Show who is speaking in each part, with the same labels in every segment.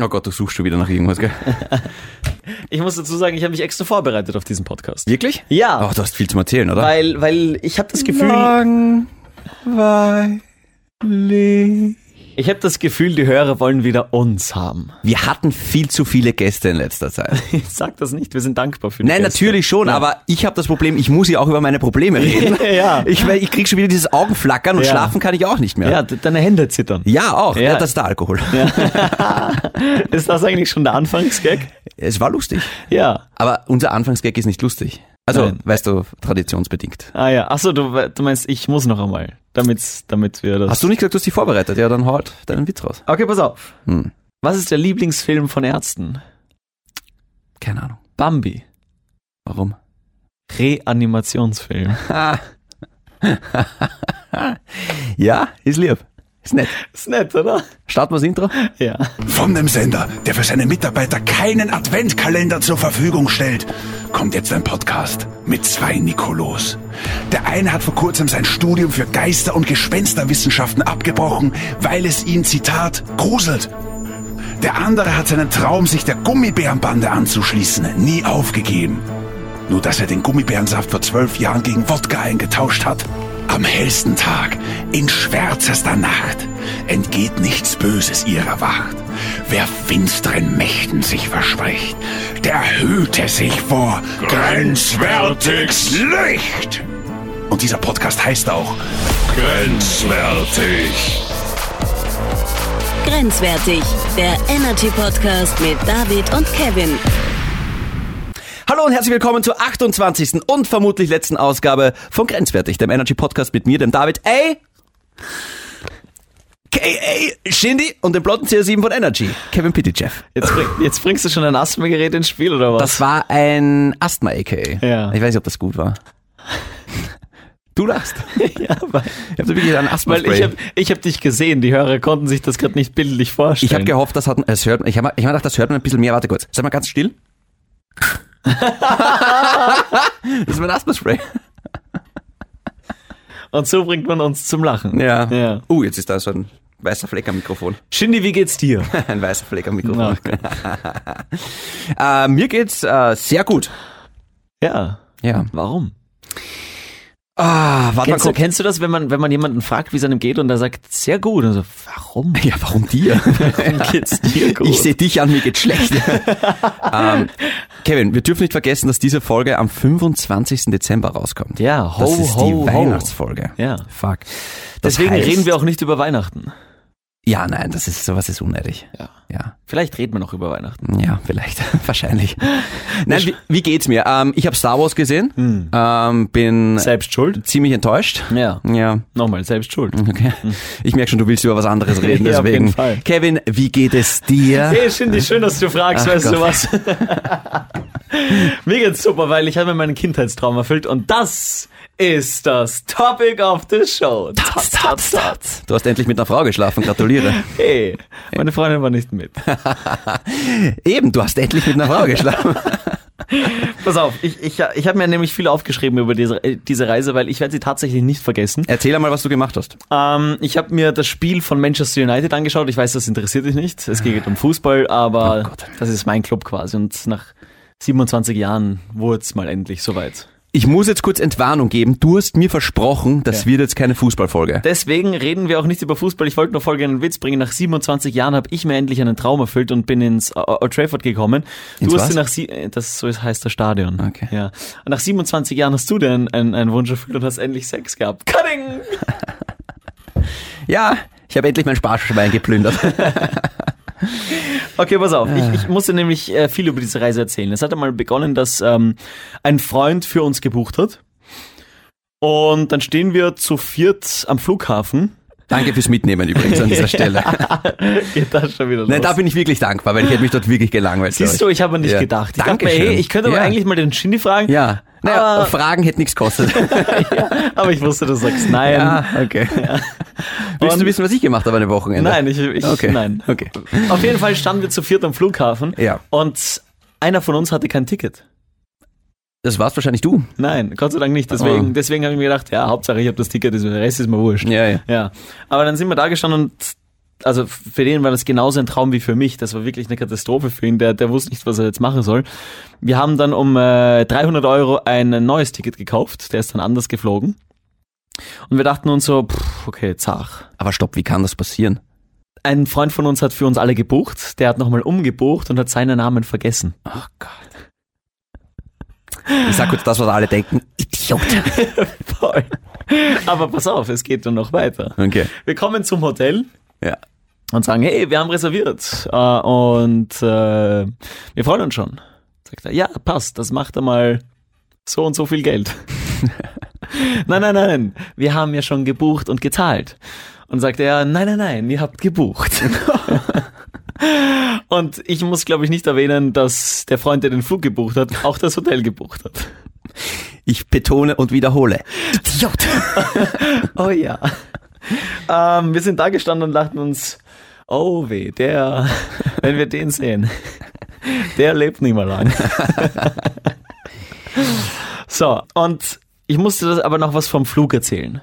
Speaker 1: Oh Gott, du suchst schon wieder nach irgendwas, gell?
Speaker 2: Ich muss dazu sagen, ich habe mich extra vorbereitet auf diesen Podcast.
Speaker 1: Wirklich?
Speaker 2: Ja,
Speaker 1: Oh, du hast viel zum Erzählen, oder?
Speaker 2: weil, weil ich habe das Gefühl, ich habe das Gefühl, die Hörer wollen wieder uns haben.
Speaker 1: Wir hatten viel zu viele Gäste in letzter Zeit.
Speaker 2: Ich sag das nicht, wir sind dankbar für die
Speaker 1: Nein,
Speaker 2: Gäste.
Speaker 1: natürlich schon, aber ich habe das Problem, ich muss ja auch über meine Probleme reden.
Speaker 2: Ja.
Speaker 1: Ich, weil ich krieg schon wieder dieses Augenflackern und
Speaker 2: Ja.
Speaker 1: schlafen kann ich auch nicht mehr.
Speaker 2: Ja, de- deine Hände zittern.
Speaker 1: Ja, auch. Ja.
Speaker 2: Ja.
Speaker 1: das ist der Alkohol.
Speaker 2: Ist das eigentlich schon der Anfangsgag?
Speaker 1: Es war lustig.
Speaker 2: Ja.
Speaker 1: Aber unser Anfangsgag ist nicht lustig. Also,
Speaker 2: Nein.
Speaker 1: weißt du, traditionsbedingt.
Speaker 2: Ah ja, achso, du, du meinst, ich muss noch einmal, damit, damit wir das...
Speaker 1: Hast du nicht gesagt, du hast dich vorbereitet? Ja, dann hau halt deinen Witz raus.
Speaker 2: Okay, pass auf.
Speaker 1: Hm.
Speaker 2: Was ist der Lieblingsfilm von Ärzten?
Speaker 1: Keine Ahnung.
Speaker 2: Bambi.
Speaker 1: Warum?
Speaker 2: Reanimationsfilm.
Speaker 1: Ah. Ja, ist lieb. Ist nett.
Speaker 2: Ist nett, oder?
Speaker 1: Starten wir das Intro?
Speaker 2: Ja.
Speaker 3: Von dem Sender, der für seine Mitarbeiter keinen Adventkalender zur Verfügung stellt, kommt jetzt ein Podcast mit zwei Nikolos. Der eine hat vor kurzem sein Studium für Geister- und Gespensterwissenschaften abgebrochen, weil es ihn, Zitat, gruselt. Der andere hat seinen Traum, sich der Gummibärenbande anzuschließen, nie aufgegeben. Nur dass er den Gummibärensaft vor zwölf Jahren gegen Wodka eingetauscht hat. Am hellsten Tag, in schwärzester Nacht, entgeht nichts Böses ihrer Wacht. Wer finsteren Mächten sich verspricht, der hüte sich vor grenzwertiges Licht. Und dieser Podcast heißt auch Grenzwertig.
Speaker 4: Grenzwertig, der Energy Podcast mit David und Kevin.
Speaker 1: Hallo und herzlich willkommen zur 28. und vermutlich letzten Ausgabe von Grenzwertig, dem Energy Podcast mit mir, dem David A. K.A. Shindy und dem blotten CR7 von Energy, Kevin Pitychev.
Speaker 2: Jetzt, bring, jetzt bringst du schon ein Asthma-Gerät ins Spiel, oder was?
Speaker 1: Das war ein Asthma-A.K.A.
Speaker 2: Ja.
Speaker 1: Ich weiß nicht, ob das gut war. Du lachst.
Speaker 2: ja, weil,
Speaker 1: Ich habe wirklich ein asthma
Speaker 2: weil ich habe ich hab dich gesehen, die Hörer konnten sich das gerade nicht bildlich vorstellen.
Speaker 1: Ich habe gehofft, das hat, es hört, ich habe ich hab gedacht, das hört man ein bisschen mehr. Warte kurz, sei mal ganz still. das ist mein Asthma-Spray.
Speaker 2: Und so bringt man uns zum Lachen.
Speaker 1: Ja.
Speaker 2: ja.
Speaker 1: Uh, jetzt ist da so ein weißer Fleck am Mikrofon.
Speaker 2: Shindy, wie geht's dir? Genau.
Speaker 1: Ein weißer Fleck am Mikrofon.
Speaker 2: Na, okay.
Speaker 1: Äh, mir geht's äh, sehr gut.
Speaker 2: ja.
Speaker 1: Ja.
Speaker 2: Warum?
Speaker 1: Ah, warte mal
Speaker 2: Kennst du,
Speaker 1: kurz.
Speaker 2: kennst du das, wenn man, wenn man jemanden fragt, wie es einem geht und er sagt, sehr gut? Und so, warum?
Speaker 1: Ja, warum dir?
Speaker 2: Warum geht's dir gut?
Speaker 1: Ich sehe dich an, mir geht's schlecht. ähm, Kevin, wir dürfen nicht vergessen, dass diese Folge am 25. Dezember rauskommt.
Speaker 2: ja, ho,
Speaker 1: Das ist
Speaker 2: ho,
Speaker 1: die
Speaker 2: ho.
Speaker 1: Weihnachtsfolge.
Speaker 2: Ja.
Speaker 1: Fuck. Das
Speaker 2: Deswegen
Speaker 1: heißt-
Speaker 2: reden wir auch nicht über Weihnachten.
Speaker 1: Ja, nein, das ist sowas ist unnötig.
Speaker 2: Ja.
Speaker 1: Ja,
Speaker 2: Vielleicht reden wir noch über Weihnachten.
Speaker 1: ja vielleicht, wahrscheinlich. Nein, wie, wie geht's mir? Ähm, ich habe Star Wars gesehen,
Speaker 2: Hm.
Speaker 1: ähm, bin
Speaker 2: Selbst schuld?
Speaker 1: ziemlich enttäuscht.
Speaker 2: Ja.
Speaker 1: Ja,
Speaker 2: Nochmal, selbst schuld.
Speaker 1: okay. Ich merke schon, du willst über was anderes reden,
Speaker 2: Hm. Ja, auf jeden
Speaker 1: deswegen.
Speaker 2: Fall.
Speaker 1: Kevin, wie geht es dir?
Speaker 2: Hey, Shindy, schön, dass du fragst, weißt du was? Mir geht's super, weil ich habe mir meinen Kindheitstraum erfüllt und das ist das Topic of the Show. Tats, tats, tats.
Speaker 1: Du hast endlich mit einer Frau geschlafen, gratuliere.
Speaker 2: Hey, meine Freundin war nicht mit.
Speaker 1: Eben, du hast endlich mit einer Frau geschlafen.
Speaker 2: Pass auf, ich, ich, ich habe mir nämlich viel aufgeschrieben über diese, äh, diese Reise, weil ich werde sie tatsächlich nicht vergessen.
Speaker 1: Erzähl einmal, was du gemacht hast.
Speaker 2: Ähm, ich habe mir das Spiel von Manchester United angeschaut. Ich weiß, das interessiert dich nicht. Es geht um Fußball, aber das ist mein Club quasi. Und nach 27 Jahren wurde es mal endlich soweit.
Speaker 1: Ich muss jetzt kurz Entwarnung geben. Du hast mir versprochen, das
Speaker 2: Ja.
Speaker 1: wird jetzt keine Fußballfolge.
Speaker 2: Deswegen reden wir auch nicht über Fußball. Ich wollte nur folgenden Witz bringen. Nach 27 Jahren habe ich mir endlich einen Traum erfüllt und bin ins äh, Old Trafford gekommen.
Speaker 1: Ins
Speaker 2: du
Speaker 1: was?
Speaker 2: hast dir nach sie äh, das so heißt das Stadion.
Speaker 1: Okay.
Speaker 2: Ja. Und nach 27 Jahren hast du dir einen, einen, einen Wunsch erfüllt und hast endlich Sex gehabt. Cutting!
Speaker 1: Ja, ich habe endlich mein Sparschwein geplündert.
Speaker 2: Okay, pass auf.
Speaker 1: Ah.
Speaker 2: Ich, ich musste nämlich äh, viel über diese Reise erzählen. Es hat einmal begonnen, dass ähm, ein Freund für uns gebucht hat. Und dann stehen wir zu viert am Flughafen.
Speaker 1: Danke fürs Mitnehmen übrigens an dieser Stelle.
Speaker 2: Geht das schon wieder los?
Speaker 1: Nein, da bin ich wirklich dankbar, weil ich hätte mich dort wirklich gelangweilt.
Speaker 2: Siehst du,
Speaker 1: glaub
Speaker 2: ich habe an dich
Speaker 1: Ja.
Speaker 2: gedacht. Ich dachte mir,
Speaker 1: Dankeschön.
Speaker 2: hey, ich könnte aber
Speaker 1: Ja.
Speaker 2: eigentlich mal den Shindy fragen,
Speaker 1: Ja. Naja,
Speaker 2: Aber-
Speaker 1: Fragen hätte nichts gekostet.
Speaker 2: aber ich wusste, du sagst nein.
Speaker 1: ja, okay. Willst du
Speaker 2: Ähm, Und-
Speaker 1: wissen, was ich gemacht habe an dem Wochenende?
Speaker 2: Nein, ich, ich
Speaker 1: Okay.
Speaker 2: nein.
Speaker 1: Okay.
Speaker 2: Auf jeden Fall standen wir zu viert am Flughafen
Speaker 1: Ja.
Speaker 2: und einer von uns hatte kein Ticket.
Speaker 1: Das warst wahrscheinlich du.
Speaker 2: Nein, Gott sei Dank nicht. Deswegen,
Speaker 1: Oh.
Speaker 2: deswegen habe ich mir gedacht, ja, Hauptsache ich habe das Ticket, das- der Rest ist mir wurscht.
Speaker 1: Ja, ja.
Speaker 2: Ja, aber dann sind wir da gestanden und also für den war das genauso ein Traum wie für mich. Das war wirklich eine Katastrophe für ihn. Der, der wusste nicht, was er jetzt machen soll. Wir haben dann um äh, 300 Euro ein neues Ticket gekauft. Der ist dann anders geflogen. Und wir dachten uns so, pff, okay, zach.
Speaker 1: Aber stopp, wie kann das passieren?
Speaker 2: Ein Freund von uns hat für uns alle gebucht. Der hat nochmal umgebucht und hat seinen Namen vergessen.
Speaker 1: Oh Gott. Ich sag kurz das, was alle denken. Idiot.
Speaker 2: Voll. Aber pass auf, es geht dann noch weiter.
Speaker 1: Okay.
Speaker 2: Wir kommen zum Hotel
Speaker 1: Ja.
Speaker 2: und sagen, hey, wir haben reserviert äh, und äh, wir freuen uns schon. Sagt er, ja, passt, das macht einmal so und so viel Geld. nein, nein, nein, wir haben ja schon gebucht und gezahlt. Und sagt er, nein, nein, nein, ihr habt gebucht. und ich muss, glaube ich, nicht erwähnen, dass der Freund, der den Flug gebucht hat, auch das Hotel gebucht hat.
Speaker 1: Ich betone und wiederhole. Idiot.
Speaker 2: Oh ja. ähm, wir sind da gestanden und dachten uns, oh weh, der, wenn wir den sehen, der lebt nicht mehr lang. so, und ich musste das aber noch was vom Flug erzählen.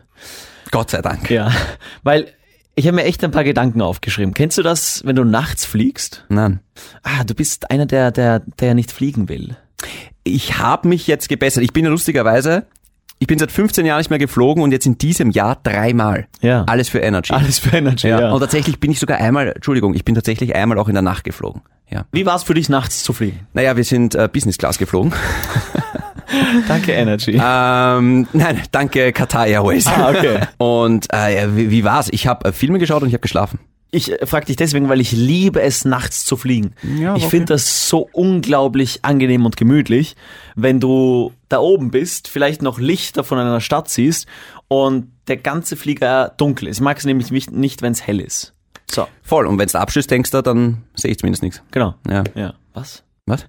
Speaker 1: Gott sei Dank.
Speaker 2: Ja, weil ich habe mir echt ein paar Gedanken aufgeschrieben. Kennst du das, wenn du nachts fliegst?
Speaker 1: Nein.
Speaker 2: Ah, du bist einer, der, der, der nicht fliegen will.
Speaker 1: Ich habe mich jetzt gebessert. Ich bin ja lustigerweise, ich bin seit 15 Jahren nicht mehr geflogen und jetzt in diesem Jahr dreimal.
Speaker 2: Ja.
Speaker 1: Alles für Energy.
Speaker 2: Alles für Energy,
Speaker 1: ja.
Speaker 2: ja.
Speaker 1: Und tatsächlich bin ich sogar einmal, Entschuldigung, ich bin tatsächlich einmal auch in der Nacht geflogen. Ja.
Speaker 2: Wie war es für dich, nachts zu fliegen?
Speaker 1: Naja, wir sind äh, Business Class geflogen.
Speaker 2: Danke, Energy.
Speaker 1: Ähm, nein, danke Qatar Airways.
Speaker 2: Ah, okay.
Speaker 1: Und äh, ja, wie, wie war's? Ich habe äh, Filme geschaut und ich habe geschlafen.
Speaker 2: Ich frage dich deswegen, weil ich liebe es, nachts zu fliegen.
Speaker 1: Ja,
Speaker 2: ich
Speaker 1: okay.
Speaker 2: finde das so unglaublich angenehm und gemütlich, wenn du da oben bist, vielleicht noch Lichter von einer Stadt siehst und der ganze Flieger dunkel ist. Ich mag es nämlich nicht- nicht, wenn es hell ist. So,
Speaker 1: Voll. Und wenn's da abschießt, denkst du, dann sehe ich zumindest nichts.
Speaker 2: genau.
Speaker 1: Ja.
Speaker 2: Ja, was?
Speaker 1: Was?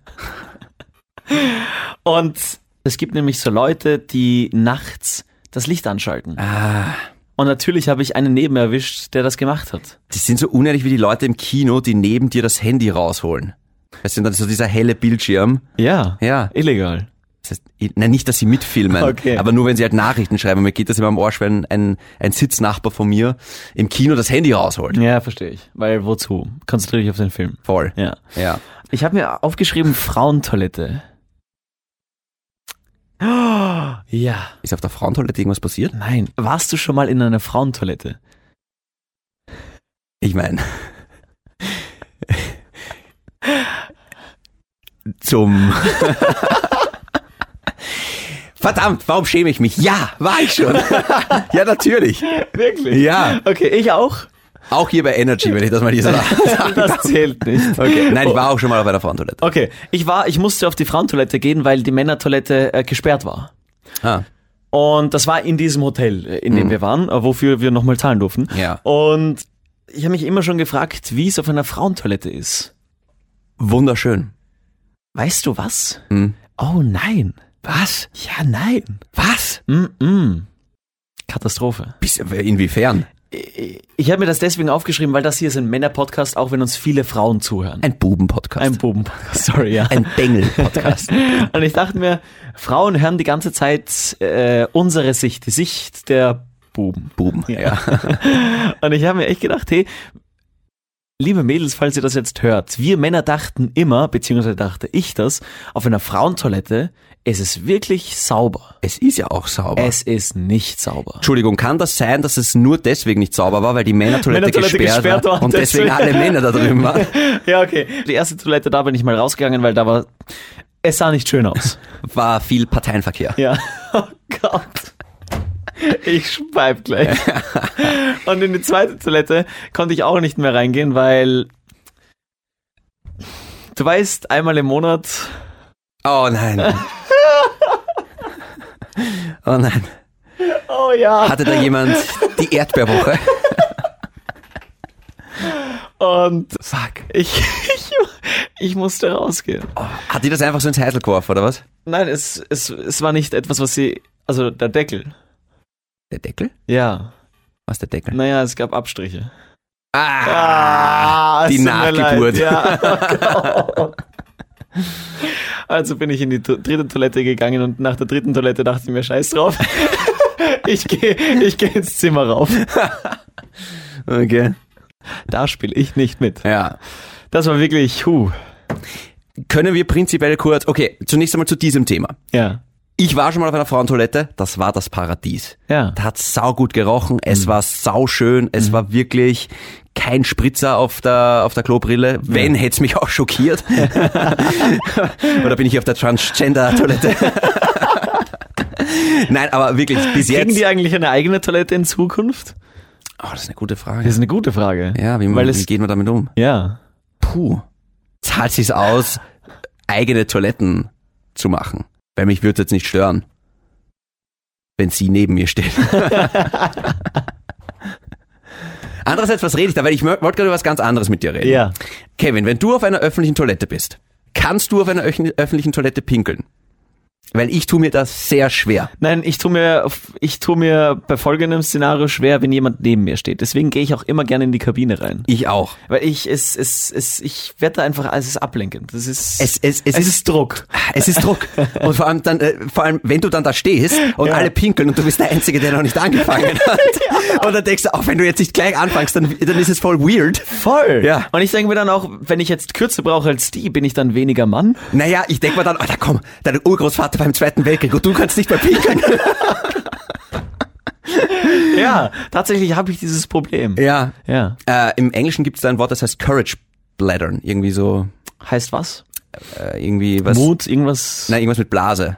Speaker 2: Und es gibt nämlich so Leute, die nachts das Licht anschalten.
Speaker 1: Ah,
Speaker 2: Und natürlich habe ich einen neben erwischt, der das gemacht hat.
Speaker 1: die sind so unehrlich wie die Leute im Kino, die neben dir das Handy rausholen. Das sind dann so dieser helle Bildschirm.
Speaker 2: Ja.
Speaker 1: Ja.
Speaker 2: Illegal.
Speaker 1: Das heißt, ich- nein, nicht, dass sie mitfilmen,
Speaker 2: Okay.
Speaker 1: aber nur, wenn sie halt Nachrichten schreiben. Mir geht das immer am Arsch, wenn ein, ein Sitznachbar von mir im Kino das Handy rausholt.
Speaker 2: Ja, verstehe ich. Weil wozu? Konzentriere dich auf den Film.
Speaker 1: Voll.
Speaker 2: Ja.
Speaker 1: Ja.
Speaker 2: Ich habe mir aufgeschrieben Frauentoilette. Ja.
Speaker 1: Ist auf der Frauentoilette irgendwas passiert?
Speaker 2: Nein. Warst du schon mal in einer Frauentoilette?
Speaker 1: Ich meine. Zum. Verdammt, warum schäme ich mich? Ja, war ich schon. ja, natürlich.
Speaker 2: Wirklich?
Speaker 1: Ja,
Speaker 2: Okay, ich auch.
Speaker 1: auch hier bei Energy, wenn ich das mal hier so sagen darf.
Speaker 2: Das zählt nicht.
Speaker 1: Okay. Nein, ich war auch schon mal auf einer Frauentoilette.
Speaker 2: Okay, ich war, ich musste auf die Frauentoilette gehen, weil die Männertoilette äh, gesperrt war.
Speaker 1: Ah,
Speaker 2: Und das war in diesem Hotel, äh, in dem wir waren, äh, wofür wir nochmal zahlen durften.
Speaker 1: Ja.
Speaker 2: Und ich habe mich immer schon gefragt, wie es auf einer Frauentoilette ist.
Speaker 1: wunderschön.
Speaker 2: Weißt du was?
Speaker 1: Hm.
Speaker 2: Oh nein. Was? Ja, nein.
Speaker 1: Was?
Speaker 2: Mm-mm. Katastrophe.
Speaker 1: Bis, inwiefern?
Speaker 2: Ich habe mir das deswegen aufgeschrieben, weil das hier ist ein Männer-Podcast, auch wenn uns viele Frauen zuhören.
Speaker 1: Ein Buben-Podcast.
Speaker 2: Ein Buben-Podcast, sorry, ja.
Speaker 1: Ein Bengel-Podcast.
Speaker 2: Und ich dachte mir, Frauen hören die ganze Zeit äh, unsere Sicht, die Sicht der Buben.
Speaker 1: Buben, ja.
Speaker 2: Und ich habe mir echt gedacht, hey, liebe Mädels, falls ihr das jetzt hört, wir Männer dachten immer, beziehungsweise dachte ich das, auf einer Frauentoilette, es ist wirklich sauber.
Speaker 1: Es ist ja auch sauber.
Speaker 2: Es ist nicht sauber.
Speaker 1: Entschuldigung, kann das sein, dass es nur deswegen nicht sauber war, weil die Männertoilette,
Speaker 2: Männertoilette
Speaker 1: gesperrt,
Speaker 2: gesperrt
Speaker 1: war
Speaker 2: war,
Speaker 1: und deswegen alle
Speaker 2: deswegen-
Speaker 1: Männer da drüben waren?
Speaker 2: Ja, okay. Die erste Toilette, da bin ich mal rausgegangen, weil da war. Es sah nicht schön aus.
Speaker 1: War viel Parteienverkehr.
Speaker 2: Ja. Oh Gott. Ich speib gleich. Und in die zweite Toilette konnte ich auch nicht mehr reingehen, weil. Du weißt, einmal im Monat.
Speaker 1: Oh nein. Oh nein.
Speaker 2: Oh ja.
Speaker 1: Hatte da jemand die Erdbeerwoche?
Speaker 2: Und
Speaker 1: Fuck.
Speaker 2: ich, ich, ich musste rausgehen.
Speaker 1: Hat die das einfach so ins Heisel geworfen, oder was?
Speaker 2: Nein, es, es, es war nicht etwas, was sie. Also der Deckel.
Speaker 1: Der Deckel?
Speaker 2: Ja.
Speaker 1: Was der Deckel?
Speaker 2: Naja, es gab Abstriche.
Speaker 1: Ah!
Speaker 2: Ah,
Speaker 1: die
Speaker 2: es tut mir
Speaker 1: Nachgeburt.
Speaker 2: leid, Ja. also bin ich in die to- dritte Toilette gegangen und nach der dritten Toilette dachte ich mir, scheiß drauf. Ich gehe ich geh ins Zimmer rauf.
Speaker 1: Okay.
Speaker 2: Da spiele ich nicht mit.
Speaker 1: Ja.
Speaker 2: Das war wirklich, huh.
Speaker 1: Können wir prinzipiell kurz, okay, zunächst einmal zu diesem Thema.
Speaker 2: Ja.
Speaker 1: Ich war schon mal auf einer Frauentoilette, das war das Paradies.
Speaker 2: Ja.
Speaker 1: Da hat saugut gerochen,
Speaker 2: Mhm.
Speaker 1: es war sauschön, es war wirklich kein Spritzer auf der, auf der Klobrille. Wenn, hätt's mich auch schockiert. Oder bin ich auf der Transgender-Toilette? Nein, aber wirklich, bis
Speaker 2: Kriegen
Speaker 1: jetzt.
Speaker 2: die eigentlich eine eigene Toilette in Zukunft?
Speaker 1: Oh, das ist eine gute
Speaker 2: Das
Speaker 1: Frage.
Speaker 2: ist eine gute Frage.
Speaker 1: Ja, wie,
Speaker 2: Weil
Speaker 1: wie
Speaker 2: es,
Speaker 1: geht man damit um?
Speaker 2: ja.
Speaker 1: Puh. Zahlt sich's aus, eigene Toiletten zu machen? Weil mich würde jetzt nicht stören, wenn sie neben mir steht. Andererseits, was rede ich da? Weil ich mö- wollte gerade über was ganz anderes mit dir reden.
Speaker 2: Ja.
Speaker 1: Kevin, wenn du auf einer öffentlichen Toilette bist, kannst du auf einer öffn- öffentlichen Toilette pinkeln? Weil ich tue mir das sehr schwer.
Speaker 2: Nein, ich tue mir, ich tue mir bei folgendem Szenario schwer, wenn jemand neben mir steht. Deswegen gehe ich auch immer gerne in die Kabine rein.
Speaker 1: Ich auch.
Speaker 2: Weil ich, es, es, es, ich werde da einfach, es ist ablenkend. Das ist,
Speaker 1: Es- es- es ist-
Speaker 2: ist Druck.
Speaker 1: Es ist Druck. Und vor allem dann, äh, vor allem, wenn du dann da stehst und
Speaker 2: Ja.
Speaker 1: alle pinkeln und du bist der Einzige, der noch nicht angefangen hat. Und dann denkst du, auch wenn du jetzt nicht gleich anfängst, dann, dann ist es voll weird.
Speaker 2: Voll.
Speaker 1: Ja.
Speaker 2: Und ich denke mir dann auch, wenn ich jetzt Kürze brauche als die, bin ich dann weniger Mann?
Speaker 1: Naja, ich denk mir dann, Alter, komm, dein Urgroßvater beim Zweiten Weltkrieg und du kannst nicht mehr pinkeln.
Speaker 2: Ja. Tatsächlich habe ich dieses Problem.
Speaker 1: Ja.
Speaker 2: Ja.
Speaker 1: Äh, Im Englischen gibt es da ein Wort, das heißt Courage Bladdern. Irgendwie so,
Speaker 2: Heißt was?
Speaker 1: äh, irgendwie was.
Speaker 2: Mut, Hm. irgendwas.
Speaker 1: Nein, irgendwas mit Blase.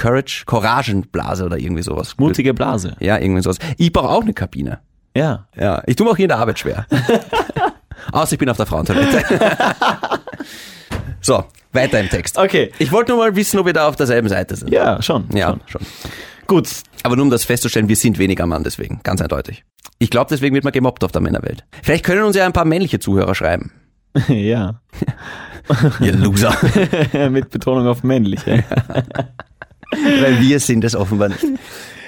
Speaker 1: Courage, Couragenblase oder irgendwie sowas.
Speaker 2: Mutige Blase.
Speaker 1: Ja, irgendwie sowas. Ich brauche auch eine Kabine.
Speaker 2: Ja.
Speaker 1: Ja, ich tue mir auch hier in der Arbeit schwer. Außer ich bin auf der Frauentoilette. so, weiter im Text.
Speaker 2: Okay.
Speaker 1: Ich wollte nur mal wissen, ob wir da auf derselben Seite sind.
Speaker 2: Ja, schon.
Speaker 1: Ja, schon.
Speaker 2: Schon. Gut.
Speaker 1: Aber nur um das festzustellen, wir sind weniger Mann deswegen, ganz eindeutig. Ich glaube, deswegen wird man gemobbt auf der Männerwelt. Vielleicht können uns ja ein paar männliche Zuhörer schreiben.
Speaker 2: ja.
Speaker 1: Ihr Loser.
Speaker 2: Mit Betonung auf männlich. Ja.
Speaker 1: Weil wir sind es offenbar nicht.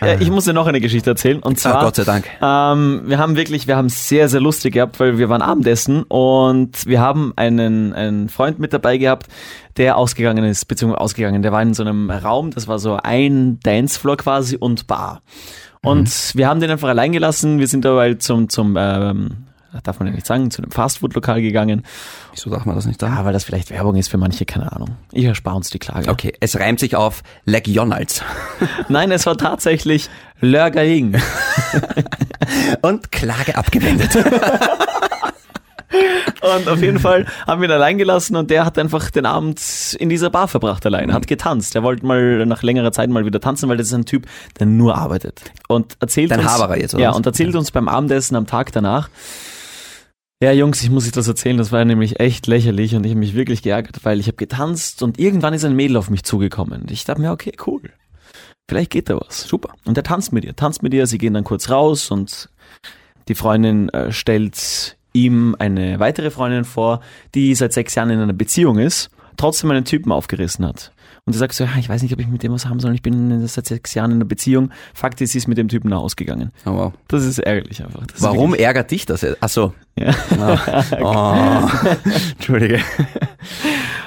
Speaker 2: Ja, Äh, ich muss dir noch eine Geschichte erzählen. Und
Speaker 1: Ah,
Speaker 2: zwar.
Speaker 1: Gott sei Dank.
Speaker 2: Ähm, wir haben wirklich, wir haben sehr, sehr lustig gehabt, weil wir waren Abendessen und wir haben einen, einen Freund mit dabei gehabt, der ausgegangen ist, beziehungsweise ausgegangen. Der war in so einem Raum, das war so ein Dancefloor quasi und Bar. Und wir haben den einfach allein gelassen. Wir sind dabei zum, zum, ähm, darf man ja nicht sagen, zu einem Fastfood-Lokal gegangen.
Speaker 1: Wieso darf man das nicht sagen?
Speaker 2: Aber weil das vielleicht Werbung ist für manche, keine Ahnung. Ich erspare uns die Klage.
Speaker 1: Okay, es reimt sich auf Legionals.
Speaker 2: Nein, es war tatsächlich Lörgering.
Speaker 1: Und Klage abgewendet.
Speaker 2: Und auf jeden Fall haben wir ihn allein gelassen und der hat einfach den Abend in dieser Bar verbracht allein, hat getanzt. Er wollte mal nach längerer Zeit mal wieder tanzen, weil das ist ein Typ, der nur arbeitet. Und erzählt
Speaker 1: Dein
Speaker 2: uns,
Speaker 1: Haberer jetzt, oder
Speaker 2: Ja,
Speaker 1: was?
Speaker 2: und erzählt uns beim Abendessen am Tag danach. Ja, Jungs, ich muss euch das erzählen, das war nämlich echt lächerlich und ich habe mich wirklich geärgert, weil ich habe getanzt und irgendwann ist ein Mädel auf mich zugekommen. Ich dachte mir, okay, cool. Vielleicht geht da was. Super. Und der tanzt mit ihr, tanzt mit ihr, sie gehen dann kurz raus und die Freundin äh, stellt ihm eine weitere Freundin vor, die seit sechs Jahren in einer Beziehung ist, trotzdem einen Typen aufgerissen hat. Und sie sagt so, ja, ich weiß nicht, ob ich mit dem was haben soll, ich bin seit sechs Jahren in einer Beziehung. Fakt ist, sie ist mit dem Typen nach Hause gegangen.
Speaker 1: Oh, wow.
Speaker 2: Das ist ärgerlich einfach. Das ist
Speaker 1: Warum ärgert dich das jetzt? Achso.
Speaker 2: Ja.
Speaker 1: Oh. Entschuldige.
Speaker 2: wirklich-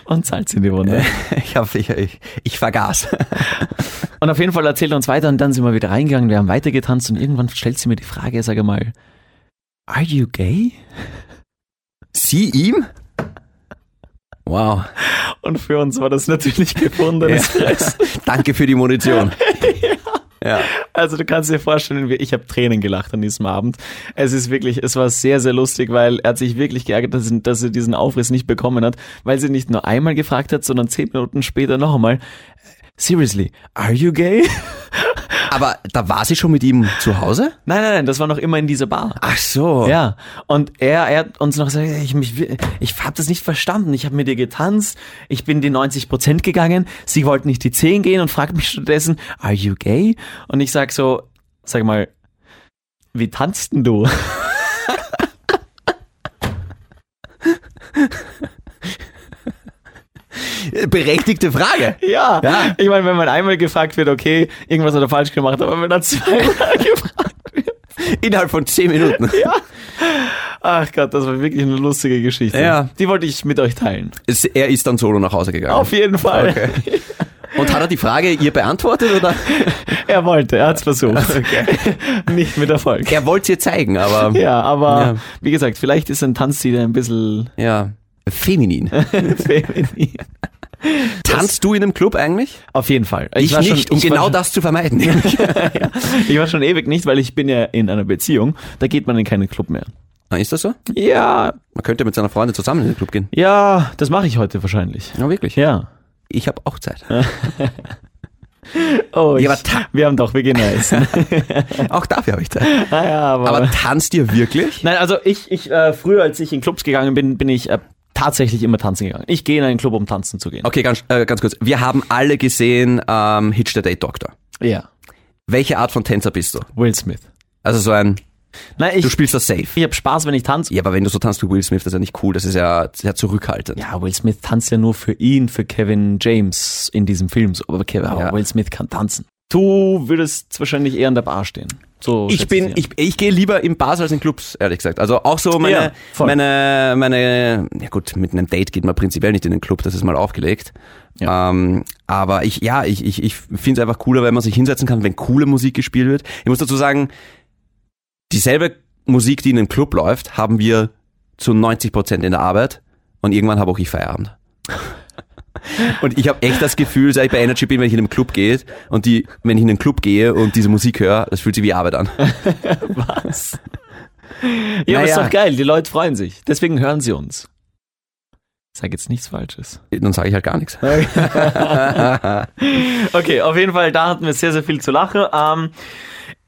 Speaker 2: Und Salz in die Wunde.
Speaker 1: Ich, hab, ich, ich, ich vergaß.
Speaker 2: Und auf jeden Fall erzählt er uns weiter und dann sind wir wieder reingegangen, wir haben weitergetanzt und irgendwann stellt sie mir die Frage, sage mal, are you gay?
Speaker 1: Sie ihm? Wow.
Speaker 2: Und für uns war das natürlich gefundenes Fressen.
Speaker 1: Danke für die Munition. ja.
Speaker 2: Also du kannst dir vorstellen, wie- ich habe Tränen gelacht an diesem Abend. Es ist wirklich, es war sehr, sehr lustig, weil er hat sich wirklich geärgert, dass, dass er diesen Aufriss nicht bekommen hat, weil sie nicht nur einmal gefragt hat, sondern zehn Minuten später noch einmal. Seriously, are you gay?
Speaker 1: Aber da war sie schon mit ihm zu Hause?
Speaker 2: Nein, nein, nein, das war noch immer in dieser Bar.
Speaker 1: Ach so.
Speaker 2: Ja, und er, er hat uns noch gesagt, ich, mich, ich habe das nicht verstanden. Ich habe mit ihr getanzt, ich bin die 90 Prozent gegangen, sie wollte nicht die 10 gehen und fragt mich stattdessen, are you gay? Und ich sag so, sag mal, wie tanzt denn du?
Speaker 1: Berechtigte Frage.
Speaker 2: Ja,
Speaker 1: Ja.
Speaker 2: ich meine, wenn man einmal gefragt wird, okay, irgendwas hat er falsch gemacht, aber wenn er zweimal gefragt wird.
Speaker 1: Innerhalb von zehn Minuten.
Speaker 2: Ach Gott, das war wirklich eine lustige Geschichte.
Speaker 1: Ja.
Speaker 2: Die wollte ich mit euch teilen.
Speaker 1: Es- Er ist dann solo nach Hause gegangen.
Speaker 2: Auf jeden Fall.
Speaker 1: Okay. Und hat er die Frage ihr beantwortet oder?
Speaker 2: Er wollte, er hat's versucht. Nicht mit Erfolg.
Speaker 1: Er wollte es ihr zeigen, aber
Speaker 2: Ja, aber
Speaker 1: Ja.
Speaker 2: wie gesagt, vielleicht ist ein Tanzstil ein bisschen
Speaker 1: ja. Feminin.
Speaker 2: feminin.
Speaker 1: Tanzt du in einem Club eigentlich?
Speaker 2: Auf jeden Fall.
Speaker 1: Ich,
Speaker 2: war schon-
Speaker 1: nicht, um
Speaker 2: ich war
Speaker 1: genau
Speaker 2: schon,
Speaker 1: das zu vermeiden.
Speaker 2: Ich war schon ewig nicht, weil ich bin ja in einer Beziehung. Da geht man in keinen Club mehr.
Speaker 1: Ist das so?
Speaker 2: Ja,
Speaker 1: Man könnte mit seiner Freundin zusammen in den Club gehen.
Speaker 2: ja, das mache ich heute wahrscheinlich.
Speaker 1: Ja, wirklich.
Speaker 2: Ja.
Speaker 1: Ich habe auch Zeit. Ja,
Speaker 2: Oh, ich,
Speaker 1: aber ta-
Speaker 2: wir haben doch, wir gehen essen.
Speaker 1: Auch dafür habe ich Zeit.
Speaker 2: ah, ja, aber,
Speaker 1: Aber tanzt ihr wirklich?
Speaker 2: Nein, also ich, ich äh, früher, als ich in Clubs gegangen bin, bin ich äh, tatsächlich immer tanzen gegangen. Ich gehe in einen Club, um tanzen zu gehen.
Speaker 1: Okay, ganz, äh, ganz kurz. Wir haben alle gesehen ähm, Hitch the Date Doctor.
Speaker 2: Ja,
Speaker 1: Welche Art von Tänzer bist du?
Speaker 2: Will Smith.
Speaker 1: Also so ein,
Speaker 2: Nein, ich,
Speaker 1: du spielst das safe.
Speaker 2: ich habe Spaß, wenn ich tanze.
Speaker 1: Ja, aber wenn du so tanzt wie Will Smith, das ist ja nicht cool. Das ist ja sehr zurückhaltend.
Speaker 2: Ja, Will Smith tanzt ja nur für ihn, für Kevin James in diesem Film. So, Aber Kevin,
Speaker 1: Ja.
Speaker 2: Will Smith kann tanzen. Du würdest wahrscheinlich eher an der Bar stehen. So schätze
Speaker 1: Ich bin,
Speaker 2: ein.
Speaker 1: ich, ich gehe lieber in Bars als in Clubs, ehrlich gesagt. Also auch so meine,
Speaker 2: Ja, voll.
Speaker 1: meine, meine, ja gut, mit einem Date geht man prinzipiell nicht in den Club, das ist mal aufgelegt.
Speaker 2: Ja.
Speaker 1: Ähm, aber ich, ja, ich, ich, ich finde es einfach cooler, wenn man sich hinsetzen kann, wenn coole Musik gespielt wird. Ich muss dazu sagen, dieselbe Musik, die in einem Club läuft, haben wir zu 90 Prozent in der Arbeit und irgendwann habe auch ich Feierabend. Und ich habe echt das Gefühl, seit ich bei Energy bin, wenn ich in einen Club gehe und die, wenn ich in einen Club gehe und diese Musik höre, das fühlt sich wie Arbeit an.
Speaker 2: Was? Ja, aber ist
Speaker 1: Naja.
Speaker 2: doch geil. Die Leute freuen sich. Deswegen hören sie uns. Sag jetzt nichts Falsches.
Speaker 1: Dann sage ich halt gar nichts.
Speaker 2: Okay, auf jeden Fall, da hatten wir sehr, sehr viel zu lachen. Ähm,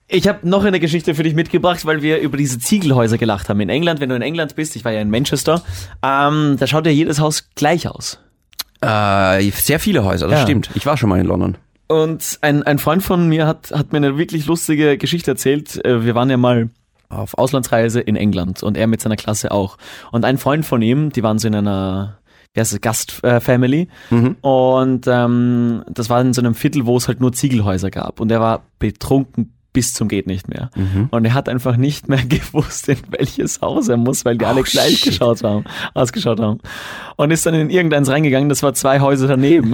Speaker 2: ich habe noch eine Geschichte für dich mitgebracht, weil wir über diese Ziegelhäuser gelacht haben. In England, wenn du in England bist, ich war ja in Manchester, ähm, da schaut ja jedes Haus gleich aus.
Speaker 1: Äh, sehr viele Häuser, das
Speaker 2: Ja.
Speaker 1: stimmt. Ich war schon mal in London.
Speaker 2: Und ein, ein Freund von mir hat, hat mir eine wirklich lustige Geschichte erzählt. Äh, Wir waren ja mal auf Auslandsreise in England und er mit seiner Klasse auch. Und ein Freund von ihm, die waren so in einer wie heißt es, Gastfamily äh, Family.
Speaker 1: Mhm.
Speaker 2: und ähm, das war in so einem Viertel, wo es halt nur Ziegelhäuser gab und er war betrunken bis zum geht nicht mehr.
Speaker 1: Mhm.
Speaker 2: Und er hat einfach nicht mehr gewusst, in welches Haus er muss, weil die alle
Speaker 1: Oh,
Speaker 2: gleich
Speaker 1: shit.
Speaker 2: geschaut haben, ausgeschaut haben. Und ist dann in irgendeins reingegangen, das war zwei Häuser daneben.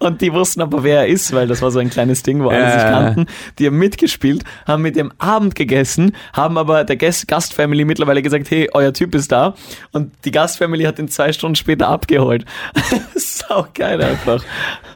Speaker 2: Und die wussten aber, wer er ist, weil das war so ein kleines Ding, wo alle
Speaker 1: Ja,
Speaker 2: sich
Speaker 1: ja, ja.
Speaker 2: kannten. Die haben mitgespielt, haben mit dem Abend gegessen, haben aber der Gast Gastfamily mittlerweile gesagt, hey, euer Typ ist da. Und die Gastfamily hat ihn zwei Stunden später abgeholt. Sau geil einfach.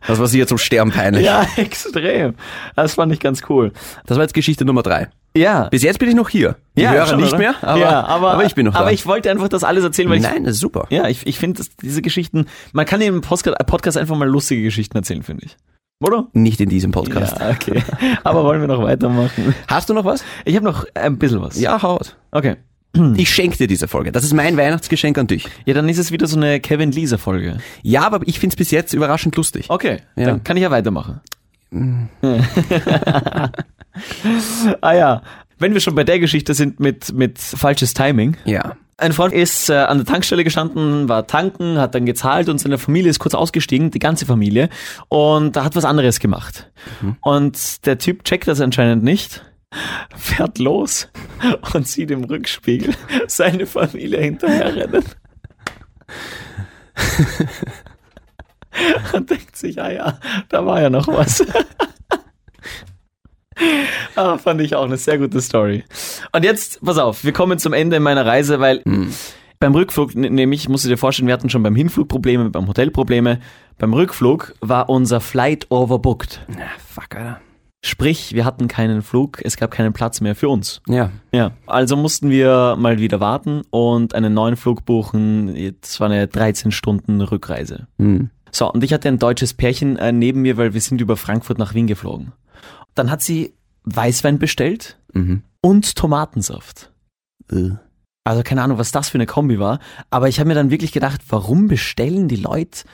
Speaker 1: Das war sicher zum Sterben peinlich.
Speaker 2: Ja, extrem. Das fand ich ganz cool.
Speaker 1: Das war jetzt Geschichte Nummer drei.
Speaker 2: Ja.
Speaker 1: Bis jetzt bin ich noch hier. Die
Speaker 2: ja,
Speaker 1: Hörer
Speaker 2: schon,
Speaker 1: nicht
Speaker 2: oder?
Speaker 1: mehr, aber,
Speaker 2: ja, aber,
Speaker 1: aber ich bin noch da.
Speaker 2: Aber ich wollte einfach das alles erzählen, weil
Speaker 1: Nein, das ist super.
Speaker 2: ich... Ja, ich, ich finde, dass diese Geschichten... Man kann im Postca- Podcast einfach mal lustige Geschichten erzählen, finde ich. Oder?
Speaker 1: Nicht in diesem Podcast.
Speaker 2: Ja, okay. Aber wollen wir noch weitermachen?
Speaker 1: Hast du noch was?
Speaker 2: Ich habe noch ein bisschen was.
Speaker 1: Ja, hau aus.
Speaker 2: Okay.
Speaker 1: Ich schenke dir diese Folge. Das ist mein Weihnachtsgeschenk an dich.
Speaker 2: Ja, dann ist es wieder so eine Kevin-Lisa-Folge.
Speaker 1: Ja, aber ich find's bis jetzt überraschend lustig.
Speaker 2: Okay,
Speaker 1: Ja.
Speaker 2: dann kann ich ja weitermachen. ah ja. Wenn wir schon bei der Geschichte sind mit, mit falsches Timing.
Speaker 1: Ja.
Speaker 2: Ein Freund ist äh, an der Tankstelle gestanden, war tanken, hat dann gezahlt und seine Familie ist kurz ausgestiegen, die ganze Familie, und hat was anderes gemacht. Und der Typ checkt das anscheinend nicht, fährt los und sieht im Rückspiegel seine Familie hinterherrennen. und denkt sich, ah ja, da war ja noch was. Ah, fand ich auch eine sehr gute Story. Und jetzt, pass auf, wir kommen zum Ende meiner Reise, weil beim Rückflug, n- nämlich, musst du dir vorstellen, wir hatten schon beim Hinflug Probleme, beim Hotel Probleme. Beim Rückflug war unser Flight overbooked.
Speaker 1: Na, fuck, Alter.
Speaker 2: Sprich, wir hatten keinen Flug, es gab keinen Platz mehr für uns.
Speaker 1: Ja.
Speaker 2: Ja, also mussten wir mal wieder warten und einen neuen Flug buchen. Jetzt war eine 13-Stunden-Rückreise.
Speaker 1: Hm.
Speaker 2: So, und ich hatte ein deutsches Pärchen äh, neben mir, weil wir sind über Frankfurt nach Wien geflogen. Dann hat sie Weißwein bestellt
Speaker 1: Mhm.
Speaker 2: und Tomatensaft.
Speaker 1: Äh.
Speaker 2: Also keine Ahnung, was das für eine Kombi war. Aber ich habe mir dann wirklich gedacht, warum bestellen die Leute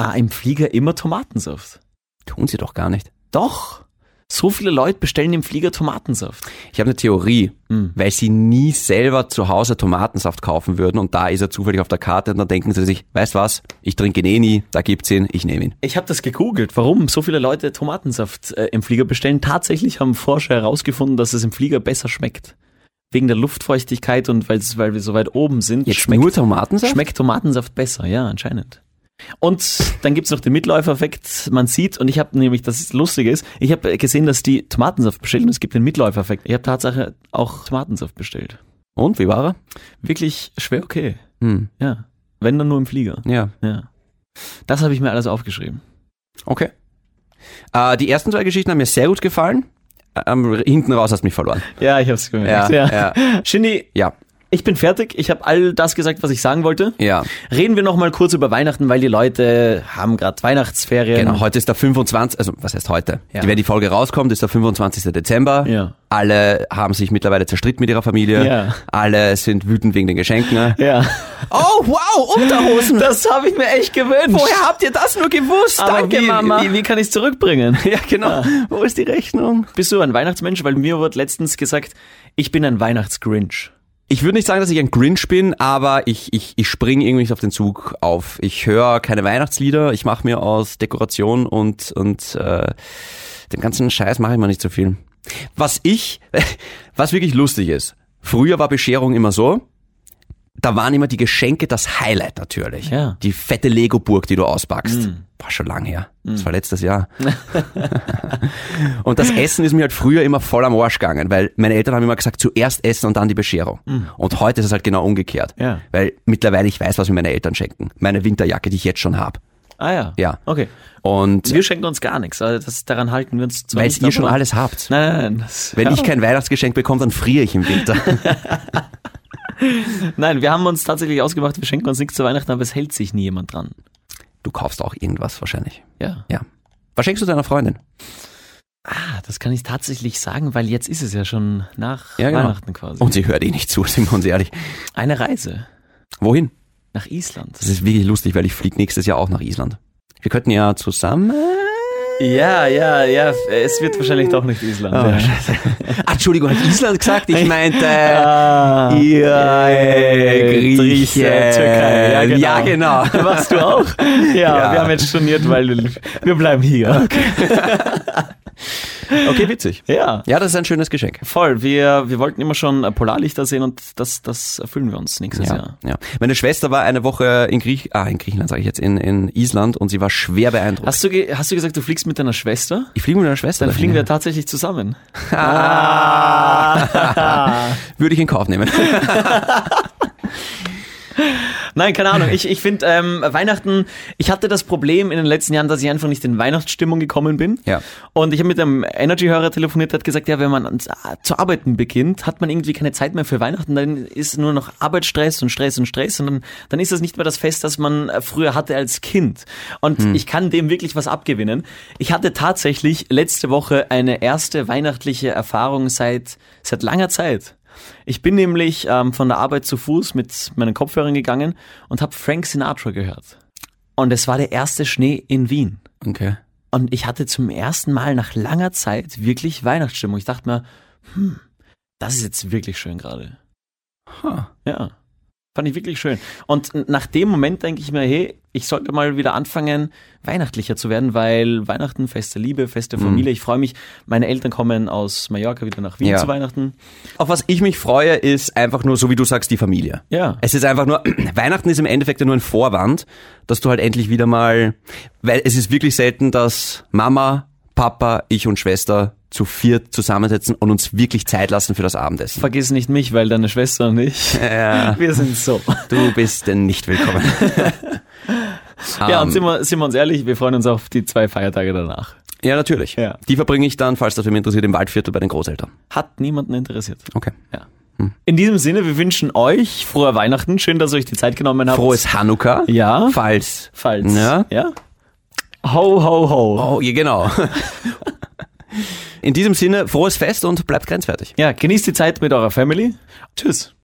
Speaker 2: äh, im Flieger immer Tomatensaft?
Speaker 1: Tun sie doch gar nicht.
Speaker 2: Doch, so viele Leute bestellen im Flieger Tomatensaft.
Speaker 1: Ich habe eine Theorie,
Speaker 2: Mhm.
Speaker 1: weil sie nie selber zu Hause Tomatensaft kaufen würden und da ist er zufällig auf der Karte und dann denken sie sich, weißt was, ich trinke ihn eh nie, da gibt's ihn, ich nehme ihn.
Speaker 2: Ich habe das gegoogelt, warum so viele Leute Tomatensaft äh, im Flieger bestellen. Tatsächlich haben Forscher herausgefunden, dass es im Flieger besser schmeckt. Wegen der Luftfeuchtigkeit und weil's, weil wir so weit oben sind,
Speaker 1: Jetzt nur Tomatensaft?
Speaker 2: schmeckt Tomatensaft besser, ja, anscheinend. Und dann gibt's noch den Mitläufereffekt. Man sieht, und ich habe nämlich, das Lustige ist, ich habe gesehen, dass die Tomatensaft bestellen und es gibt den Mitläufereffekt. Ich habe Tatsache auch Tomatensaft bestellt.
Speaker 1: Und wie war
Speaker 2: Wirklich schwer okay.
Speaker 1: er? Hm.
Speaker 2: Ja. Wenn dann nur im Flieger.
Speaker 1: Ja,
Speaker 2: Ja. Das habe ich mir alles aufgeschrieben.
Speaker 1: okay. Äh, die ersten zwei Geschichten haben mir sehr gut gefallen. Ähm, hinten raus hast du mich verloren.
Speaker 2: Ja, ich hab's gemerkt.
Speaker 1: Ja,
Speaker 2: Ja, Shindy,
Speaker 1: Ja,
Speaker 2: ich bin fertig. Ich habe all das gesagt, was ich sagen wollte.
Speaker 1: ja.
Speaker 2: Reden wir noch mal kurz über Weihnachten, weil die Leute haben gerade Weihnachtsferien.
Speaker 1: Genau, heute ist der 25. Also, was heißt heute?
Speaker 2: Ja.
Speaker 1: Die, wenn die Folge rauskommt, ist der 25. Dezember.
Speaker 2: Ja.
Speaker 1: Alle haben sich mittlerweile zerstritten mit ihrer Familie.
Speaker 2: Ja.
Speaker 1: Alle sind wütend wegen den Geschenken.
Speaker 2: Ja.
Speaker 1: Oh, wow, Unterhosen!
Speaker 2: Das habe ich mir echt gewünscht.
Speaker 1: Woher habt ihr das nur gewusst?
Speaker 2: Aber
Speaker 1: Danke,
Speaker 2: wie,
Speaker 1: Mama.
Speaker 2: Wie, wie kann ich es zurückbringen?
Speaker 1: ja, genau. Wo ist die Rechnung?
Speaker 2: Bist du ein Weihnachtsmensch? Weil mir wurde letztens gesagt, ich bin ein Weihnachtsgrinch.
Speaker 1: Ich würde nicht sagen, dass ich ein Grinch bin, aber ich, ich, ich springe irgendwie nicht auf den Zug auf. Ich höre keine Weihnachtslieder, ich mache mir aus Dekoration und, und äh, dem ganzen Scheiß mache ich mir nicht so viel. Was ich, was wirklich lustig ist, früher war Bescherung immer so, da waren immer die Geschenke das Highlight natürlich.
Speaker 2: Ja.
Speaker 1: Die fette Lego-Burg, die du auspackst. War schon lang her. Das war letztes Jahr. und das Essen ist mir halt früher immer voll am Arsch gegangen, weil meine Eltern haben immer gesagt, zuerst essen und dann die Bescherung. Und heute ist es halt genau umgekehrt.
Speaker 2: Ja.
Speaker 1: Weil mittlerweile ich weiß, was mir meine Eltern schenken. Meine Winterjacke, die ich jetzt schon habe.
Speaker 2: Ah ja.
Speaker 1: Ja.
Speaker 2: Okay.
Speaker 1: Und
Speaker 2: Wir schenken uns gar nichts. Also das, daran halten wir uns zwar
Speaker 1: weil
Speaker 2: nicht
Speaker 1: ihr
Speaker 2: auf,
Speaker 1: schon
Speaker 2: aber-
Speaker 1: alles habt.
Speaker 2: Nein, nein, nein. Das,
Speaker 1: Wenn
Speaker 2: ja.
Speaker 1: ich kein Weihnachtsgeschenk bekomme, dann friere ich im Winter.
Speaker 2: Nein, wir haben uns tatsächlich ausgemacht, wir schenken uns nichts zu Weihnachten, aber es hält sich nie jemand dran.
Speaker 1: Du kaufst auch irgendwas wahrscheinlich.
Speaker 2: Ja.
Speaker 1: Ja. Was schenkst du deiner Freundin?
Speaker 2: Ah, das kann ich tatsächlich sagen, weil jetzt ist es ja schon nach
Speaker 1: Ja, genau.
Speaker 2: Weihnachten quasi.
Speaker 1: Und sie hört eh nicht zu, sind wir uns ehrlich.
Speaker 2: Eine Reise
Speaker 1: Wohin?
Speaker 2: nach Island.
Speaker 1: Das ist wirklich lustig, weil ich fliege nächstes Jahr auch nach Island. Wir könnten ja zusammen.
Speaker 2: Ja, ja, ja. Es wird wahrscheinlich doch nicht Island. ja.
Speaker 1: Ah, Entschuldigung, hat Island gesagt? Ich meinte.
Speaker 2: Ah,
Speaker 1: ihr
Speaker 2: äh,
Speaker 1: Griechen.
Speaker 2: Türkei.
Speaker 1: Ja, genau.
Speaker 2: Machst du auch? Ja,
Speaker 1: Ja.
Speaker 2: wir haben jetzt storniert, weil wir- wir bleiben hier.
Speaker 1: Okay, witzig.
Speaker 2: Ja.
Speaker 1: Ja, das ist ein schönes Geschenk.
Speaker 2: Voll, wir, wir wollten immer schon äh, Polarlichter sehen und das, das erfüllen wir uns nächstes
Speaker 1: Ja,
Speaker 2: Jahr.
Speaker 1: ja. Meine Schwester war eine Woche in Griech ah, in Griechenland, sage ich jetzt, in, in Island und sie war schwer beeindruckt.
Speaker 2: Hast du, ge- hast du gesagt, du fliegst mit deiner Schwester?
Speaker 1: Ich fliege mit meiner Schwester.
Speaker 2: Dann
Speaker 1: dahin, ne?
Speaker 2: fliegen
Speaker 1: ja.
Speaker 2: wir tatsächlich zusammen.
Speaker 1: Würde ich in Kauf nehmen.
Speaker 2: Nein, keine Ahnung. Ich, ich finde ähm, Weihnachten, ich hatte das Problem in den letzten Jahren, dass ich einfach nicht in Weihnachtsstimmung gekommen bin.
Speaker 1: Ja.
Speaker 2: Und ich habe mit einem Energy-Hörer telefoniert, der hat gesagt, ja, wenn man ans- ah, zu arbeiten beginnt, hat man irgendwie keine Zeit mehr für Weihnachten, dann ist nur noch Arbeitsstress und Stress und Stress und dann, dann ist das nicht mehr das Fest, das man äh, früher hatte als Kind. Und ich kann dem wirklich was abgewinnen. Ich hatte tatsächlich letzte Woche eine erste weihnachtliche Erfahrung seit, seit langer Zeit. Ich bin nämlich ähm, von der Arbeit zu Fuß mit meinen Kopfhörern gegangen und habe Frank Sinatra gehört. Und es war der erste Schnee in Wien.
Speaker 1: Okay.
Speaker 2: Und ich hatte zum ersten Mal nach langer Zeit wirklich Weihnachtsstimmung. Ich dachte mir, hm, das ist jetzt wirklich schön gerade.
Speaker 1: Huh.
Speaker 2: Ja, fand ich wirklich schön. Und n- nach dem Moment denke ich mir, hey, ich sollte mal wieder anfangen, weihnachtlicher zu werden, weil Weihnachten, feste Liebe, feste Familie. Ich freue mich. Meine Eltern kommen aus Mallorca wieder nach Wien
Speaker 1: Ja.
Speaker 2: zu Weihnachten.
Speaker 1: Auf was ich mich freue, ist einfach nur, so wie du sagst, die Familie.
Speaker 2: Ja.
Speaker 1: Es ist einfach nur, Weihnachten ist im Endeffekt ja nur ein Vorwand, dass du halt endlich wieder mal, weil es ist wirklich selten, dass Mama, Papa, ich und Schwester zu viert zusammensetzen und uns wirklich Zeit lassen für das Abendessen.
Speaker 2: Vergiss nicht mich, weil deine Schwester und ich,
Speaker 1: Ja,
Speaker 2: wir sind so.
Speaker 1: du bist denn nicht willkommen.
Speaker 2: Ja,
Speaker 1: Ähm,
Speaker 2: und sind wir, sind wir uns ehrlich, wir freuen uns auf die zwei Feiertage danach.
Speaker 1: ja, natürlich.
Speaker 2: Ja.
Speaker 1: Die verbringe ich dann, falls das mich interessiert, im Waldviertel bei den Großeltern.
Speaker 2: Hat niemanden interessiert.
Speaker 1: Okay.
Speaker 2: Ja. In diesem Sinne, wir wünschen euch frohe Weihnachten. Schön, dass ihr euch die Zeit genommen habt.
Speaker 1: Frohes Hanukkah.
Speaker 2: Ja.
Speaker 1: Falls.
Speaker 2: Falls.
Speaker 1: Ja.
Speaker 2: ja. Ho, ho, ho.
Speaker 1: Oh, ja, genau. In diesem Sinne, frohes Fest und bleibt grenzwertig.
Speaker 2: Ja, genießt die Zeit mit eurer Family. Tschüss.